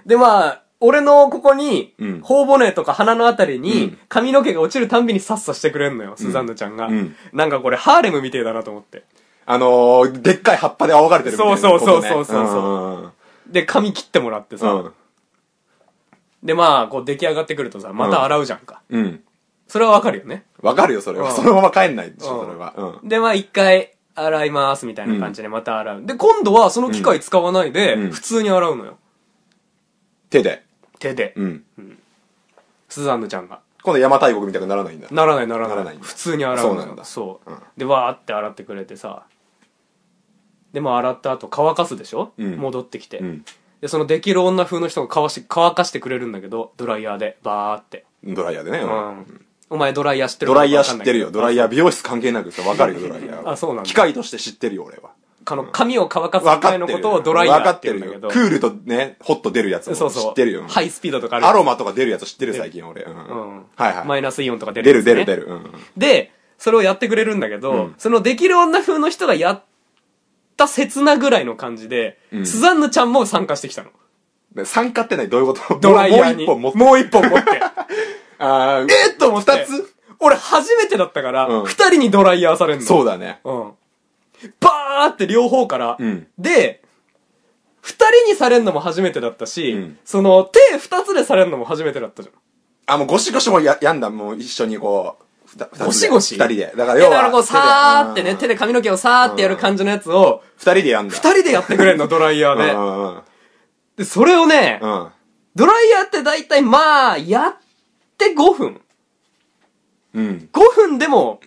S1: でまあ、俺のここに、
S2: うん
S1: 頬骨とか鼻のあたり
S2: う
S1: に
S2: ん
S1: 髪の毛が落ちるたんびにさっさしてくれんのよ、スザンヌちゃんが、
S2: うん
S1: なんかこれハーレムみてえだなと思って。
S2: あのー、でっかい葉っぱで仰がれてるみたいなこと、ね。
S1: そうそうそうそうそう
S2: うん
S1: で、髪切ってもらってさ、
S2: うん
S1: でまあ、こう出来上がってくるとさ、また洗うじゃんか。
S2: うん。うん。
S1: それはわかるよね。
S2: わかるよ、それ
S1: う
S2: は。
S1: ん
S2: そのまま帰んないでし
S1: う
S2: ょ、
S1: ん
S2: それは。うん。
S1: で、まあ一回洗いますみたいな感じでまた洗う。で、今度はその機械使わないで、
S2: うん
S1: 普通に洗うのよ。
S2: 手で。
S1: 手で。
S2: うん。
S1: スザンヌちゃんが。
S2: 今度山大国みたいにならないんだ。
S1: ならないならない。
S2: ならない
S1: 普通に洗うのよ。
S2: そうなんだ
S1: そう。
S2: うん
S1: で、わーって洗ってくれてさ。で、まあ洗った後乾かすでしょ、
S2: うん
S1: 戻ってきて。
S2: うん。
S1: で、そのできる女風の人が乾し乾かしてくれるんだけど、ドライヤーで、バーって。
S2: ドライヤーでね。う
S1: うんん。お前ドライヤー知ってる
S2: ドライヤー知ってるよ。ドライ
S1: ヤー。
S2: ヤー美容室関係なくさ、わかるよ、ドライヤーは。
S1: あそうなんだ
S2: 機械として知ってるよ、俺は。
S1: あの、髪を乾かす
S2: わ
S1: 機
S2: か
S1: 械
S2: って
S1: の
S2: るよ。
S1: ことをドライヤ
S2: わか
S1: ー
S2: っ
S1: って
S2: て
S1: 言う
S2: る
S1: んだけ
S2: よ。
S1: ど。
S2: クールとね、ホッと出るやつ
S1: そ
S2: を
S1: うそう。
S2: 知ってるよ。
S1: ハイスピードとかある
S2: アロマとか出るやつ知ってるよ、最近俺。うん。
S1: うん
S2: はいはい。
S1: マイナスイオンとか出る、
S2: 出る出る出
S1: る。
S2: る。うん。
S1: で、それをやってくれるんだけど、
S2: うん
S1: そのできる女風の人がやった刹那ぐらいの感じで、
S2: うん
S1: スザンヌちゃんも参加してきたの。
S2: で参加ってないどういうこと
S1: ドライヤーに。
S2: もうもう一本持
S1: もう一本
S2: って。
S1: 持 って。
S2: あー
S1: えっと思って。
S2: 二つ
S1: 俺初めてだったから、二、
S2: うん
S1: 人にドライヤーされんの。
S2: そうだね。
S1: うん。バーって両方から。
S2: うん
S1: で、二人にされんのも初めてだったし、
S2: うん
S1: その手二つでされんのも初めてだったじゃん。
S2: あ、もうゴシゴシもや、やんだ、もう一緒にこう。ふた二つで
S1: ゴシゴシ
S2: 二人で。だから
S1: え
S2: 要
S1: だ
S2: は。
S1: からこうさーってね、
S2: うん
S1: 手で髪の毛をさーってやる感じのやつを、
S2: 二人でやんだ。
S1: 二人でやってくれんの、ドライヤ
S2: うんう
S1: ーで。
S2: んうん
S1: で、それをね、
S2: うん。
S1: ドライヤーって大体まあ、やって5分。
S2: うん。
S1: 5分でも、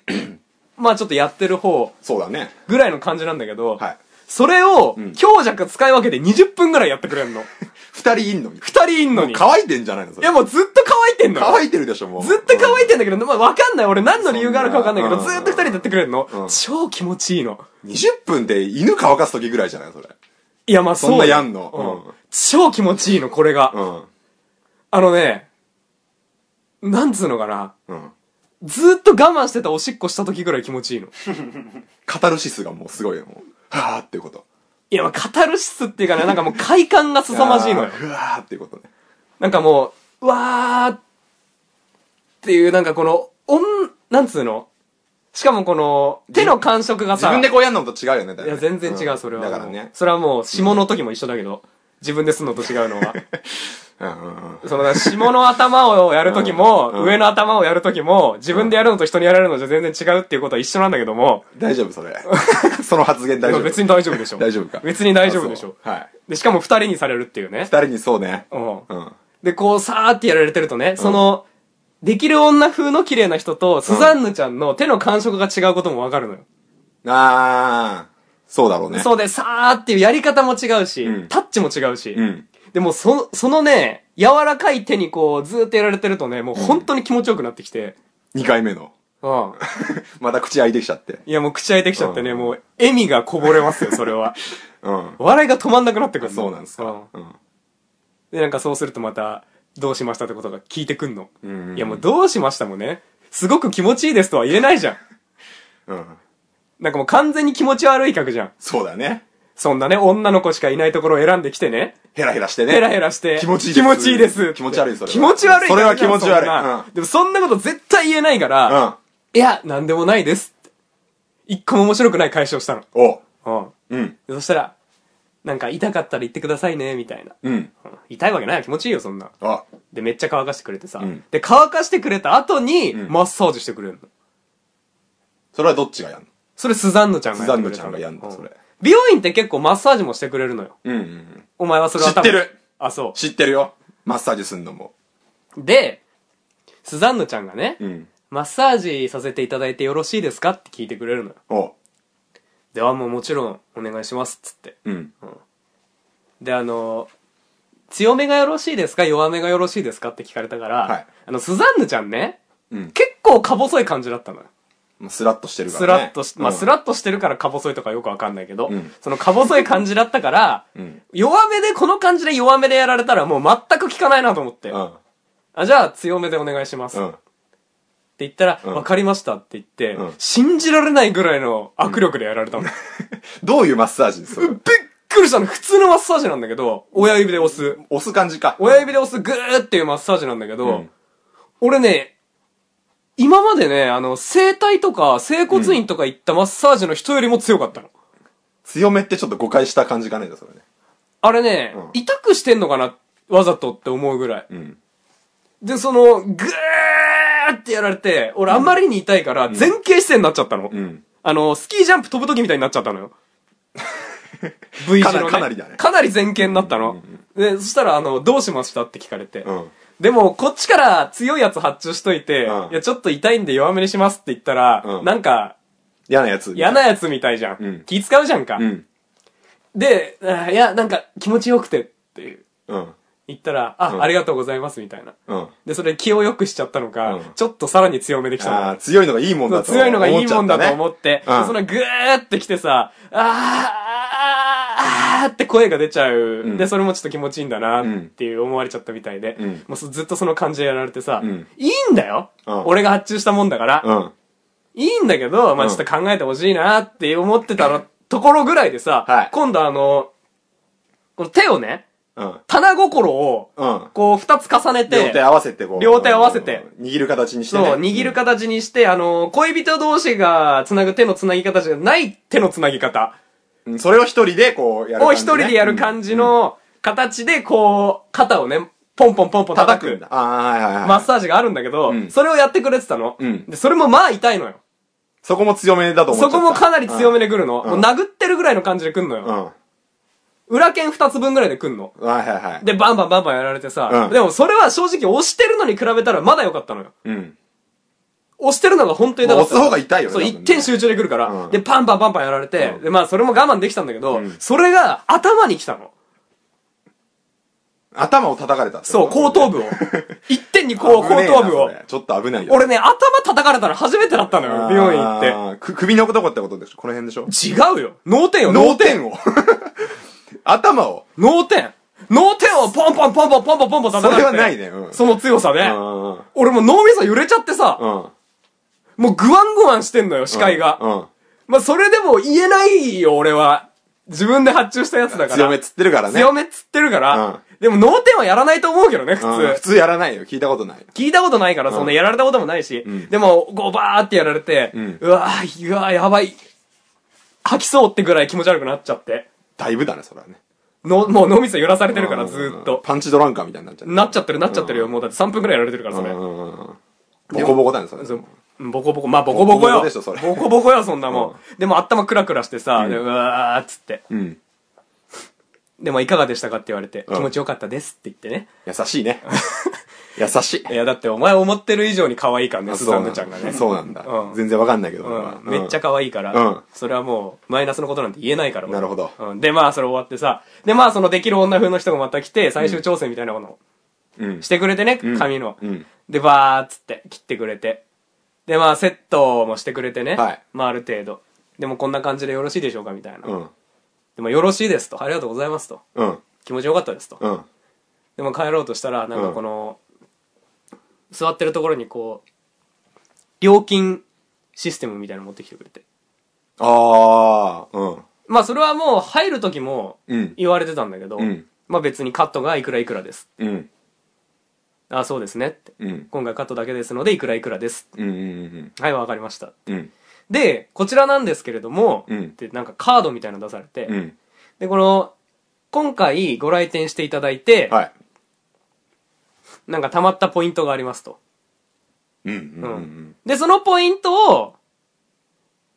S1: まあちょっとやってる方
S2: そうだね。
S1: ぐらいの感じなんだけど、
S2: はい。
S1: それを
S2: ん
S1: 強弱使い分けて20分ぐらいやってくれんの。
S2: 二人いんのに。
S1: 二人いんのに。い
S2: 乾いてんじゃないのそれ。
S1: やもうずっと乾いてんのよ。
S2: 乾いてるでしょ、もう。
S1: ずっと乾いてんだけど、まあわかんない。俺何の理由があるかわかんないけど、
S2: そん
S1: ず
S2: な
S1: ーっと二人でやってくれるの
S2: うん。
S1: 超気持ちいいの。
S2: うん。20分で犬乾かす時ぐらいじゃないそれ。
S1: いやまあそう
S2: そんな
S1: よ
S2: やんの
S1: う
S2: うん
S1: ん超気持ちいいの、これが。
S2: うん。
S1: あのね、なんつうのかな。
S2: うん。
S1: ずーっと我慢してたおしっこした時ぐらい気持ちいいの。
S2: カタルシスがもうすごいよ、もう。はーっていうこと。
S1: いや、まあ、カタルシスっていうかね、なんかもう快感が凄まじいの
S2: あ
S1: よ
S2: ー。ふわーっていうことね。
S1: なんかもう、うわーっていう、なんかこの、おん、なんつうのしかもこの、手の感触が
S2: 自
S1: さ、
S2: 分でこうやんのと違うよね、だ
S1: いや、全然違う、
S2: ん
S1: それは。
S2: だからね。
S1: それはもう、下の時も一緒だけど、自分ですんのと違うのは。
S2: うんうんうん。
S1: その、だから下の頭をやる時も、
S2: うん
S1: 上の頭をやる時も、自分でやるのと人にやられるのじゃ全然違うっていうことは一緒なんだけども、
S2: 大丈夫、それ。 その発言大丈夫。
S1: 別に大丈夫でしょ。
S2: 大丈夫か。
S1: 別に大丈夫でしょ。
S2: あそうはい。
S1: で、しかも二人にされるっていうね
S2: 二。人にそうね。
S1: うん。
S2: うん。
S1: で、こう、さーってやられてるとね、その、できる女風の綺麗な人と、スザンヌちゃんの手の感触が違うこともわかるのよ。
S2: あー、そうだろうね。
S1: そうで、さーっていうやり方も違うし、
S2: うん
S1: タッチも違うし、
S2: うん。
S1: でも、そ、そのね、柔らかい手にこう、ずーっとやられてるとね、もう本当に気持ちよくなってきて、
S2: 二回目の。
S1: うん。
S2: また口開いてきちゃって。
S1: いや、もう口開いてきちゃってね、
S2: うん
S1: もう、笑みがこぼれますよ、それは。
S2: うん。
S1: 笑いが止まんなくなってくるの
S2: そうなんですか。うん。
S1: で、なんかそうするとまた、どうしましたってことが聞いてくんの。
S2: うんうんうん
S1: いや、もうどうしましたもね、すごく気持ちいいですとは言えないじゃん。
S2: うん。
S1: なんかもう完全に気持ち悪い客じゃん。
S2: そうだね。
S1: そんなね、女の子しかいないところを選んできてね、
S2: ヘラヘラしてね。
S1: ヘラヘラして、
S2: 気持ちいい
S1: 気持ちいいです。
S2: 気持ち悪い、それは。
S1: 気持ち悪い
S2: それは
S1: だ
S2: 気
S1: けな
S2: 持
S1: ん
S2: ち悪い。
S1: そんな
S2: う
S1: でもそんなこと絶対言えないか
S2: ん。う
S1: ら、
S2: ん。
S1: いや、なんでもないですって。一個も面白くない解消したの。
S2: おう。
S1: うん。
S2: うん。
S1: でそしたら、なんか痛かったら言ってくださいね、みたいな。
S2: うん。
S1: うん痛いわけないよ、気持ちいいよ、そんな。
S2: あ、
S1: で、めっちゃ乾かしてくれてさ。
S2: うん
S1: で、乾かしてくれた後に、
S2: ん
S1: マッサージしてくれるの。
S2: それはどっちがやんの
S1: それ、スザンヌちゃんがやってくれた
S2: スザンヌちゃんがやんの
S1: う
S2: それ
S1: 美容院って結構マッサージもしてくれるのよ。
S2: うんうんうん。
S1: お前はそれは多分
S2: 知ってる
S1: あ、そ
S2: 知ってるよ。マッサージすんのも。
S1: う。で、スザンヌちゃんがね、
S2: うん。
S1: マッサージさせていただいてよろしいですかって聞いてくれるのよ。
S2: おう。
S1: で、あ、もうもちろんお願いします、つって。
S2: うん。
S1: で、あの、強めがよろしいですか弱めがよろしいですかって聞かれたから、
S2: はい
S1: あの、スザンヌちゃんね、
S2: うん。
S1: 結構か細い感じだったのよ。
S2: まあスラッとしてるか
S1: ス
S2: ら
S1: ラ
S2: ね。
S1: ッとし、まあ、
S2: うん
S1: スラッとしてるからか細いとかよくわかんないけど、
S2: うん
S1: そのか細い感じだったから、
S2: うん
S1: 弱めで、この感じで弱めでやられたらもう全く効かないなと思って、
S2: うん。
S1: あ、じゃあ強めでお願いします。
S2: う
S1: って
S2: ん。
S1: 言ったら、
S2: うん
S1: わかりましたって言って、
S2: うん
S1: 信じられないぐらいの握力でやられたの。
S2: どういうマッサージです
S1: びっくりしたの普通のマッサージなんだけど、親指で押す。
S2: 押す感じか。
S1: 親指で押すグーっていうマッサージなんだけど、
S2: うん
S1: 俺ね、今までね、あの、整体とか、整骨院とか行ったマッサージの人よりも強かったの。
S2: 強めってちょっと誤解した感じがねえだ、それね。
S1: あれね、
S2: うん
S1: 痛くしてんのかなわざとって思うぐらい。
S2: うん。
S1: で、その、グーってやられて、俺あまりに痛いから、前傾姿勢になっちゃったの。
S2: うん。
S1: あの、スキージャンプ飛ぶ時みたいになっちゃった のよ。V 字の、ね、
S2: かなかなりだね
S1: かなり前傾になったの。で、そしたら、あの、どうしましたって聞かれて。
S2: うん。
S1: でも、こっちから強いやつ発注しといて、
S2: うん
S1: いや、ちょっと痛いんで弱めにしますって言ったら、
S2: うん
S1: なんか、
S2: 嫌なやつ。
S1: 嫌なやつみたいじゃん。
S2: うん
S1: 気使うじゃんか。
S2: うん。
S1: で、あーいや、なんか気持ちよくてっていう
S2: うん。
S1: 言ったら、あ、
S2: うん
S1: ありがとうございますみたいな。
S2: うん。
S1: で、それ気を良くしちゃったのか、
S2: うん
S1: ちょっとさらに強めできたの
S2: ああ、強いのがいいもんだと思っちゃ
S1: 強
S2: ったね。
S1: いのがいいもんだと思って、
S2: うん
S1: そのぐーってきてさ、あー、あー、あーって声が出ちゃう、
S2: ん
S1: で、それもちょっと気持ちいいんだなっていう思われちゃったみたいで、
S2: うん
S1: もうずっとその感じでやられてさ、
S2: うん
S1: いいんだよ、
S2: うん
S1: 俺が発注したもんだから、
S2: うん。
S1: いいんだけど、まあ
S2: うん
S1: ちょっと考えてほしいなって思ってたのところぐらいでさ、
S2: はい
S1: 今度あの、この手をね、
S2: うん。
S1: 棚心を、
S2: うん。
S1: こう二つ重ねて、
S2: 両手合わせてこう。
S1: 両手合わせて。
S2: 握る形にしてね。
S1: そう、握る形にして、あの、恋人同士が繋ぐ手の繋ぎ方じゃない手の繋ぎ方
S2: うん。それを一人でこうやる
S1: を
S2: 感
S1: 一
S2: じね。
S1: 人でやる感じの形で、こう、肩をね、ポンポンポンポン叩
S2: うん。
S1: く
S2: ああ、はいはい
S1: マ
S2: は
S1: ッ
S2: い。
S1: サージがあるんだけど
S2: う、ん
S1: それをやってくれてたの
S2: うん。
S1: で、それもまあ痛いのよ。
S2: そこも強めだと思っちゃ
S1: そ
S2: った
S1: こもかなり強め
S2: で。
S1: で来るの。
S2: うん
S1: もう殴ってるぐらいの感じで来んの
S2: うん。
S1: よ。
S2: は
S1: 裏剣二つ分ぐらいで来んの。
S2: いはいはい。
S1: で、バンバンバンバンやられてさ
S2: う。ん
S1: でもそれは正直押してるのに比べたらまだ良かったのよ。
S2: うん。
S1: 押してるのが本当に
S2: まあ押す方が痛いよね
S1: そう、
S2: 多
S1: 一
S2: 分ね
S1: 点集中でくるから。
S2: うん
S1: で、パンパンパンパンやられて、
S2: うん
S1: で、まあ、それも我慢できたんだけど、
S2: うん
S1: それが頭に来たの。
S2: 頭を叩かれたって
S1: そう、
S2: こと
S1: 後頭部を。一点にこう、
S2: 危ね
S1: 後
S2: えな
S1: 頭部を
S2: そ。れちょっと危ないよ。
S1: 俺ね、頭叩かれたの初めてだったのよ、美容院行って。
S2: って。く首のとこってことでしょこの辺でしょ
S1: 違うよ。脳天よ、 脳
S2: 脳
S1: 天。
S2: 天を。 頭を。
S1: 脳天。脳天をポンポンポンポンポンポンポンポン叩かれて。
S2: それはないねうん
S1: その強さで。
S2: うんうん
S1: 俺もう脳みそ揺れちゃってさ、
S2: うん。うん。
S1: もうグワングワンしてんのよ、視界が。
S2: うん。
S1: まあ、それでも言えないよ、俺は。自分で発注したやつだから。
S2: 強めっつってるからね。
S1: 強めっつってるから、でも脳天はやらないと思うけどね、普
S2: うん普
S1: 通。
S2: 通やらないよ。聞いたことない。
S1: 聞いたことないから、そんなやられたこともないし、
S2: ん
S1: でも、こうバーってやられて、
S2: うん
S1: うわー、うわー、やばい。吐きそうってぐらい気持ち悪くなっちゃって。
S2: だいぶだね、それはね。
S1: の、もう脳みそ揺らされてるから、
S2: うん
S1: ずーっと。
S2: パンチドランカーみたいになっちゃって。
S1: なっちゃってる、なっちゃってるよ。もうだって3分くらいやられてるから、それ
S2: う。んうんうんボコボコだね、それ。
S1: そうボコボコ、まあ、ボコボコ
S2: ボコボ
S1: よ。
S2: コでしょそれ
S1: ボコボコよ、そんなもん。でも、頭クラクラしてさ、でうわーっつって。
S2: うん。
S1: でも、いかがでしたかって言われて、
S2: ん
S1: 気持ちよかったですって言ってね。
S2: 優し いね。優しい
S1: い。や、だってお前思ってる以上に可愛いからね、スザンヌちゃんがね。
S2: そうなんだ
S1: う。ん
S2: 全然わかんないけど。俺は
S1: うん、めっちゃ可愛いから、
S2: うん
S1: それはもう、マイナスのことなんて言えないから、俺
S2: なるほど
S1: うん。で、まあ、それ終わってさ、で、まあ、そのできる女風の人がまた来て、最終調整みたいなものを
S2: うん。
S1: してくれてね、
S2: うん
S1: 髪の。
S2: うん。
S1: で、バーっつって、切ってくれて。で、まあ、セットもしてくれてね、
S2: はい
S1: まあ、ある程度。でも、こんな感じでよろしいでしょうか、みたいな。
S2: うん。
S1: でも、よろしいですと。ありがとうございますと。
S2: うん。
S1: 気持ちよかったですと。
S2: うん。
S1: でも、帰ろうとしたら、なんかこの、座ってるところにこう、料金システムみたいなの持ってきてくれて。
S2: ああ、うん。
S1: まあそれはもう入る時も
S2: うん
S1: 言われてたんだけど、
S2: うん
S1: まあ別にカットがいくらいくらです。
S2: うん
S1: あ、そうですねって。
S2: うん
S1: 今回カットだけですのでいくらいくらです。
S2: うんうん
S1: はい、わかりました。
S2: うんうん
S1: で、こちらなんですけれども、
S2: うん
S1: ってなんかカードみたいなの出されて、
S2: うん
S1: で、この、今回ご来店していただいて、
S2: はい
S1: なんか溜まったポイントがありますと。
S2: うんうん
S1: うん
S2: うん
S1: で、そのポイントを、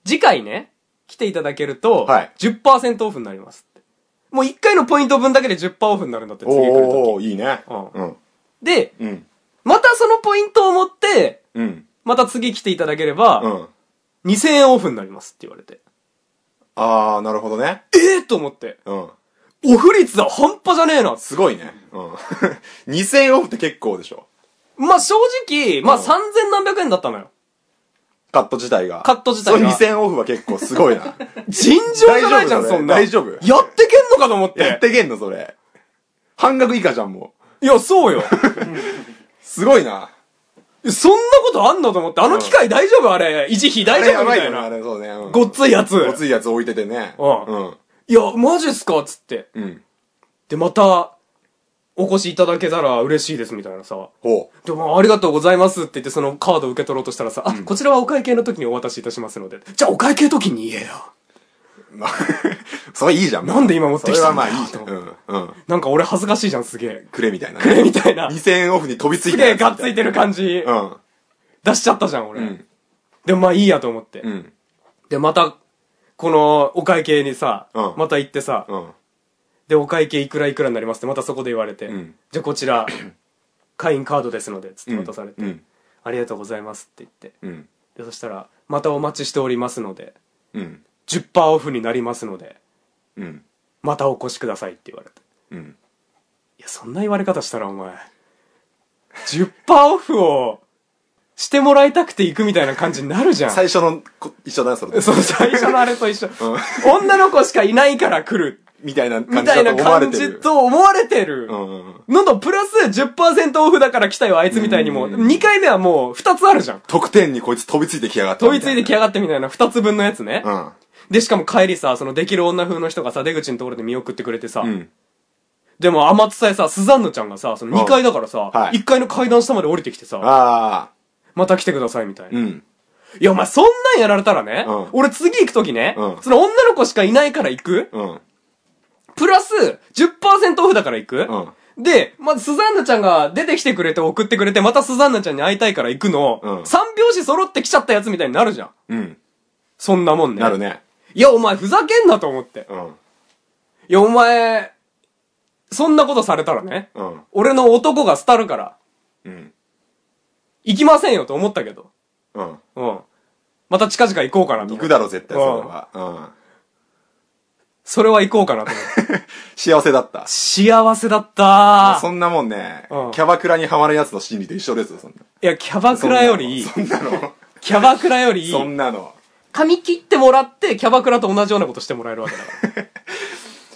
S1: 次回ね、来ていただけると、
S2: はい
S1: 10%オフになりますって。もう1回のポイント分だけで10%オフになるんだって、次来ると
S2: おーいいね
S1: うん
S2: うん
S1: き。で、
S2: うん
S1: またそのポイントを持って、
S2: うん
S1: また次来ていただけれ
S2: う
S1: ば、
S2: ん
S1: 2000円オフになりますって言われて。
S2: ああなるほどね
S1: ええと思って。
S2: うん
S1: オフ率だ半端じゃねえな
S2: すごいねうん 2000円オフって結構でしょ
S1: まあ正直、まあ
S2: うん
S1: 3000何百円だったのよ。
S2: カット自体が
S1: カット自体が
S2: その2000円オフは結構すごいな
S1: 尋常じゃないじゃん、
S2: 大丈夫だね
S1: そんな。
S2: 大丈夫
S1: やってけんのかと思って。
S2: やってけんのそれ半額以下じゃんもう
S1: いや、そうよ。
S2: すごいな
S1: そんなことあんのと思って、あの機械大丈夫あれ、維持費大丈夫み
S2: あれ
S1: た
S2: や
S1: い
S2: ばいよねあ
S1: な。
S2: れそうねうん
S1: ごっついやつ。
S2: ごついやつ置いててね
S1: うん
S2: うん
S1: いや、マジっすかっつって。
S2: うん
S1: で、また、お越しいただけたら嬉しいですみたいなさ。
S2: ほう
S1: でも、ありがとうございますって言って、そのカードを受け取ろうとしたらさ、あ、こちらはお会計の時にお渡しいたしますので。じゃあ、お会計時に言えよ。
S2: まあ それいいじゃん
S1: なんで今持ってきたんだよ
S2: それはまあいいじゃんうんうん
S1: なんか俺恥ずかしいじゃん、すげえ。
S2: くれみたいな
S1: くれ
S2: ね
S1: みたいな。
S2: 2000円オフに飛びつ い
S1: す
S2: て
S1: げえ、がっついてる感じ
S2: う、ん
S1: 出しちゃったじゃん、俺。
S2: うん
S1: でも、まあいいやと思って。
S2: うん
S1: で、また、この、お会計にさ、
S2: うん
S1: また行ってさ、
S2: うん
S1: で、お会計いくらいくらになりますって、またそこで言われて、
S2: ん
S1: じゃあこちら、会員カードですので、つって渡されて、
S2: うん
S1: ありがとうございますって言って、
S2: うん
S1: で、そしたら、またお待ちしておりますので、
S2: うん
S1: 10%オフになりますので、
S2: うん
S1: またお越しくださいって言われて。
S2: うん
S1: いや、そんな言われ方したらお前、10%オフをしてもらいたくて行くみたいな感じになるじゃん。
S2: 最初のこ一緒だなそれ
S1: そう、最初のあれと 一緒。女の子しかいないから来る。
S2: みたいな
S1: み
S2: 感じ
S1: たい
S2: だ
S1: な
S2: と思われ
S1: 感
S2: てる
S1: じと思われてる。
S2: うんうんうん
S1: のと、プラス10%オフだから来たよ、あいつみたいにも。2回目はもう2つあるじゃん。
S2: 得点にこいつ飛びついてきやがった
S1: 飛びついてき
S2: や
S1: やがってみたいな2つ分のやつね。
S2: がっ
S1: で、しかも帰りさ、そのできる女風の人がさ、出口のところで見送ってくれてさ。
S2: うんうん
S1: でも、天津さえさ、スザンヌちゃんがさ、その2階だからさ、
S2: うんはい
S1: 1階の階段下まで降りてきてさ、
S2: ああ
S1: また来てくださいみたいな。
S2: うん
S1: いや、お前そんなんやられたらね、
S2: うん
S1: 俺次行くときね、
S2: うん
S1: その女の子しかいないから行く、
S2: うん
S1: プラス、10%オフだから行く、
S2: う
S1: で、まずスザンヌちゃんが出てきてくれて送ってくれて、またスザンヌちゃんに会いたいから行くの、
S2: うん
S1: 三拍子揃ってきちゃったやつみたいになるじゃん。
S2: うん
S1: そんなもんね。
S2: なる。ね
S1: いや、お前ふざけんなと思って。
S2: うん
S1: いや、お前、そんなことされたらね、
S2: うん
S1: 俺の男が廃るから、
S2: うん
S1: 行きませんよと思ったけど、
S2: うん
S1: うん。また近々行こうかなと思
S2: 行
S1: って。
S2: くだろ絶対それはうん
S1: それは行こうかなと思って。
S2: 幸せだった
S1: 幸せだった
S2: そんなもんね
S1: うん
S2: キャバクラにハマるやつの心理と一緒ですよそんない
S1: や、キャバクラよりいい。
S2: そんなの
S1: キャバクラよりいい
S2: そ。んなの
S1: 髪切ってもらって、キャバクラと同じようなことしてもらえるわけだから。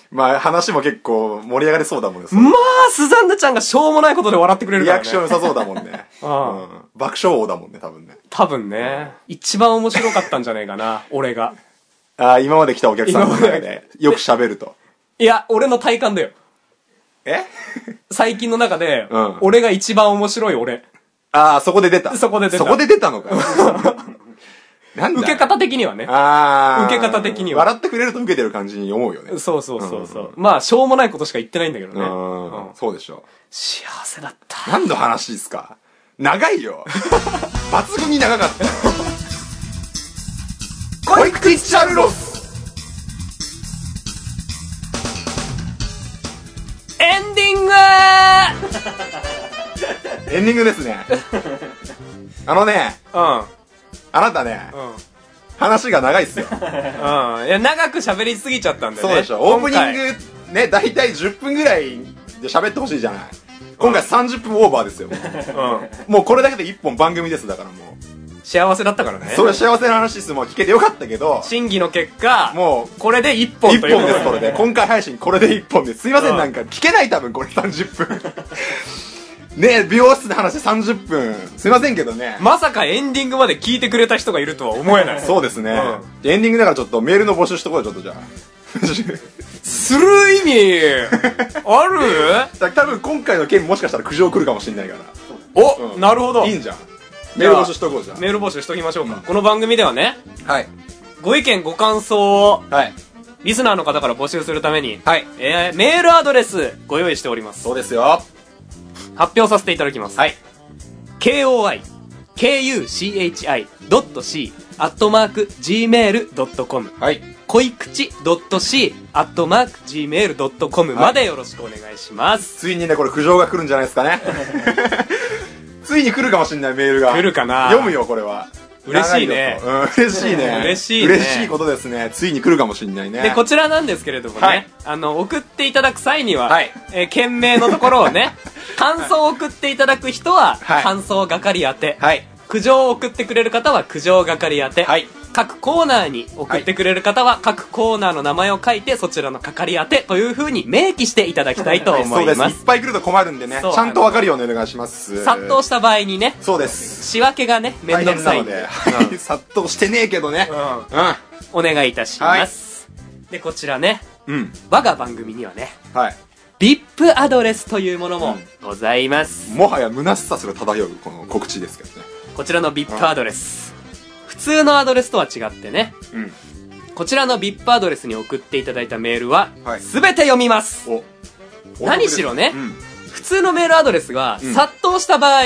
S2: まあ話も結構盛り上がりそうだもんねその
S1: まあ、スザンヌちゃんがしょうもないことで笑ってくれる
S2: リ
S1: か
S2: ア
S1: ら
S2: クション
S1: ね。
S2: 良さそうだもんね
S1: うん
S2: うん爆笑王だもんね多分ね
S1: 多分ね、一番面白かったんじゃねえか な、俺が。
S2: ああ今まで来たお客さんの中
S1: 今まで
S2: でよく喋ると
S1: いや、俺の体感だよ。
S2: え
S1: 最近の中で、
S2: うん
S1: 俺が一番面白い俺。
S2: ああ、そこで出た。
S1: そこで出た
S2: そこで出たのか。 なんだ
S1: 受け方的にはね。
S2: ああ。
S1: 受け方的には
S2: 笑ってくれると受けてる感じに思うよね。
S1: そうそうそうそう。まあ、しょうもないことしか言ってないんだけどね。
S2: うん
S1: うん
S2: そうでしょ
S1: 幸せだった。
S2: う。何の話ですか長 いよ。抜群に長かった。 コイクティッチャルロス
S1: エンディング
S2: エンディングで すね。あのね、
S1: うん。
S2: あなたね、
S1: うん。
S2: 話が長いっすよ。
S1: うん。いや、長く喋りすぎちゃったんだよ
S2: そ
S1: ね。
S2: うでしょ。オープニ
S1: 今回
S2: ング、ね、だいたい10分ぐらいで喋ってほしいじゃない。今回30分オーバーですよ。
S1: う
S2: もうこれだけで1本番組です、だからもう。
S1: ん。幸せだったからね。
S2: それ幸せな話ですもう聞けてよかったけど
S1: 審議の結果、
S2: も
S1: これで一
S2: う
S1: 本
S2: 1
S1: というこ
S2: 本で
S1: と
S2: すこれで今回配信これで1本ですすいませ
S1: うんん
S2: なんか聞けない多分これ30分 ねえ美容室の話30分すいませんけどね、
S1: まさかエンディングまで聞いてくれた人がいるとは思えない。
S2: そうですね、
S1: う
S2: エンディングだからちょっとメールの募集しとこうよちょっとじゃあ
S1: する意味、あ る
S2: だ多分今回の件もしかしたら苦情来るかもしれないから
S1: お、
S2: うん
S1: なるほど。
S2: いいんじゃんメール募集しとこうじゃん
S1: メール募集しときましょうか。この番組ではね、
S2: はい
S1: ご意見ご感想を、
S2: はい
S1: リスナーの方から募集するために、
S2: はい
S1: えー、メールアドレスご用意しております。
S2: そうですよ
S1: 発表させていただきます。
S2: はい
S1: koi kuchi.c アットマーク gmail.com
S2: はい
S1: 恋口 .c アットマーク gmail.com までよろしくお願いします。
S2: ついにねこれ苦情が来るんじゃないです かねついに来るかもしれないメールが
S1: 来るかな
S2: 読むよこれは
S1: 嬉しいね
S2: 長いことうん嬉しい ね
S1: 嬉しいね
S2: 嬉しいことですねついに来るかもしれないね
S1: で、こちらなんですけれどもね、
S2: はい
S1: あの、送っていただく際には、
S2: はい
S1: えー、件名のところを ね、感想を送っていただく人は、
S2: はい
S1: 感想係宛て、
S2: はい
S1: 苦情を送ってくれる方は苦情係宛て、
S2: はい
S1: 各コーナーに送ってくれる方は各コーナーの名前を書いてそちらの係宛てというふうに明記していただきたいと思
S2: そう
S1: いま,、
S2: ですすいっぱい来ると困るんでね
S1: そう
S2: ちゃんとわかるようにお願いします
S1: 殺到した場合にね
S2: そうです
S1: 仕分けがね面
S2: 大
S1: 倒
S2: 変
S1: く
S2: な
S1: さい
S2: の
S1: んで
S2: で、はい、殺到してねえけどねう
S1: お願いいたします、でこちらね
S2: んうん
S1: 我が番組にはね
S2: はい
S1: VIP アドレスというもの
S2: う
S1: も
S2: ん
S1: ございます、
S2: もはや虚しさすら漂うこの告知ですけどね
S1: こちらの VIP アドレス普通のアドレスとは違ってね
S2: うん
S1: こちらの VIP アドレスに送っていただいたメールは
S2: はい
S1: 全て読みます、
S2: おお
S1: 何しろね
S2: うん
S1: 普通のメールアドレスが
S2: うん
S1: 殺到した場合、っ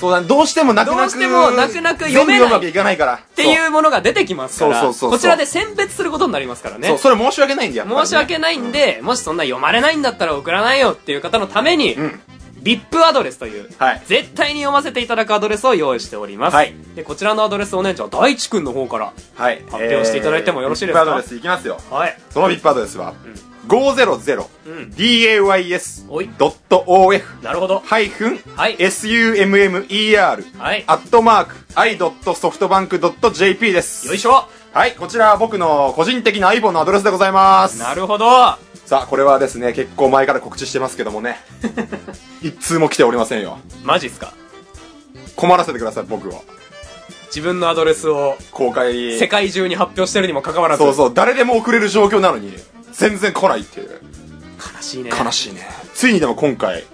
S2: そうだねどうしてもなくなく
S1: どうしても泣く泣く読めない
S2: 全部読むわけいかないからって
S1: いうものが出てきますから
S2: そうそうそうそう
S1: こちらで選別することになりますから
S2: そう
S1: ね
S2: それ申し訳ないんだよ、
S1: 申し訳ないんで、もしそんな読まれないんだったら送らないよっていう方のために、
S2: うん
S1: VIP アドレスという、
S2: はい
S1: 絶対に読ませていただくアドレスを用意しております、
S2: はい
S1: でこちらのアドレスをねじゃあ大地君の方から
S2: はい発
S1: 表していただいてもよろしいですか
S2: ビップアドレスいきますよ
S1: はい
S2: そのビップアドレスは、
S1: うんおい
S2: 500days.of
S1: なるほど
S2: ハイフン
S1: はい
S2: SUMMER
S1: はい
S2: アットマーク i.softbank.jp です
S1: よいしょ
S2: はいこちらは僕の個人的な iPhone のアドレスでございます
S1: なるほど
S2: さあこれはですね結構前から告知してますけど もね一通も来ておりませんよ
S1: マジっすか
S2: 困らせてください僕を
S1: 自分のアドレスを
S2: 公開
S1: 世界中に発表してるにもかかわらず
S2: そうそう誰でも送れる状況なのに全然来ないっていう
S1: 悲しいね
S2: 悲しいねついにでも今回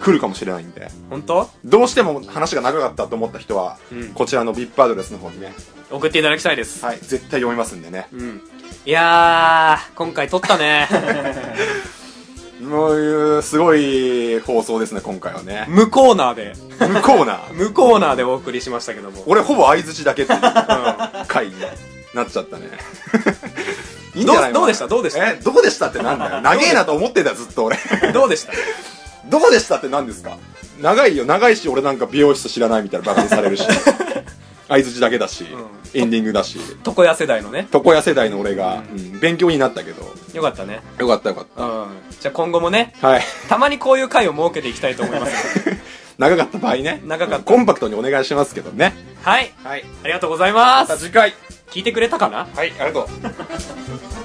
S2: 来るかもしれないんで
S1: 本当
S2: どうしても話が長かったと思った人は、
S1: うん
S2: こちらの VIP アドレスの方にね、
S1: 送っていただきたいです、
S2: はい、絶対読みますんでね、
S1: うんいやー今回撮った ね
S2: もうすごい放送ですね今回はね
S1: 無コーナーで
S2: 無コーナー
S1: 無コーナーでお送りしましたけども
S2: 俺ほぼ相づちだけっていううん回になっちゃったねいいんじゃない
S1: どうどうでしたどうでした
S2: えどうでしたってなんだよ長えなと思ってたよずっと俺
S1: どうでした
S2: どうでしたって何ですか長いよ長いし俺なんか美容室知らないみたいなバカにされる し相づちだけだし、エンディングだし
S1: 床屋世代のね
S2: 床屋世代の俺が、うん勉強になったけど
S1: よかったね
S2: よかったよかっ
S1: うんじゃあ今後もね
S2: たはい
S1: たまにこういう回を設けていきたいと思います
S2: 長かった場合ね
S1: 長かった
S2: コンパクトにお願いしますけどね
S1: はい
S2: はい
S1: ありがとうございま
S2: また
S1: す
S2: 次回
S1: 聞いてくれたかな
S2: はいありがとう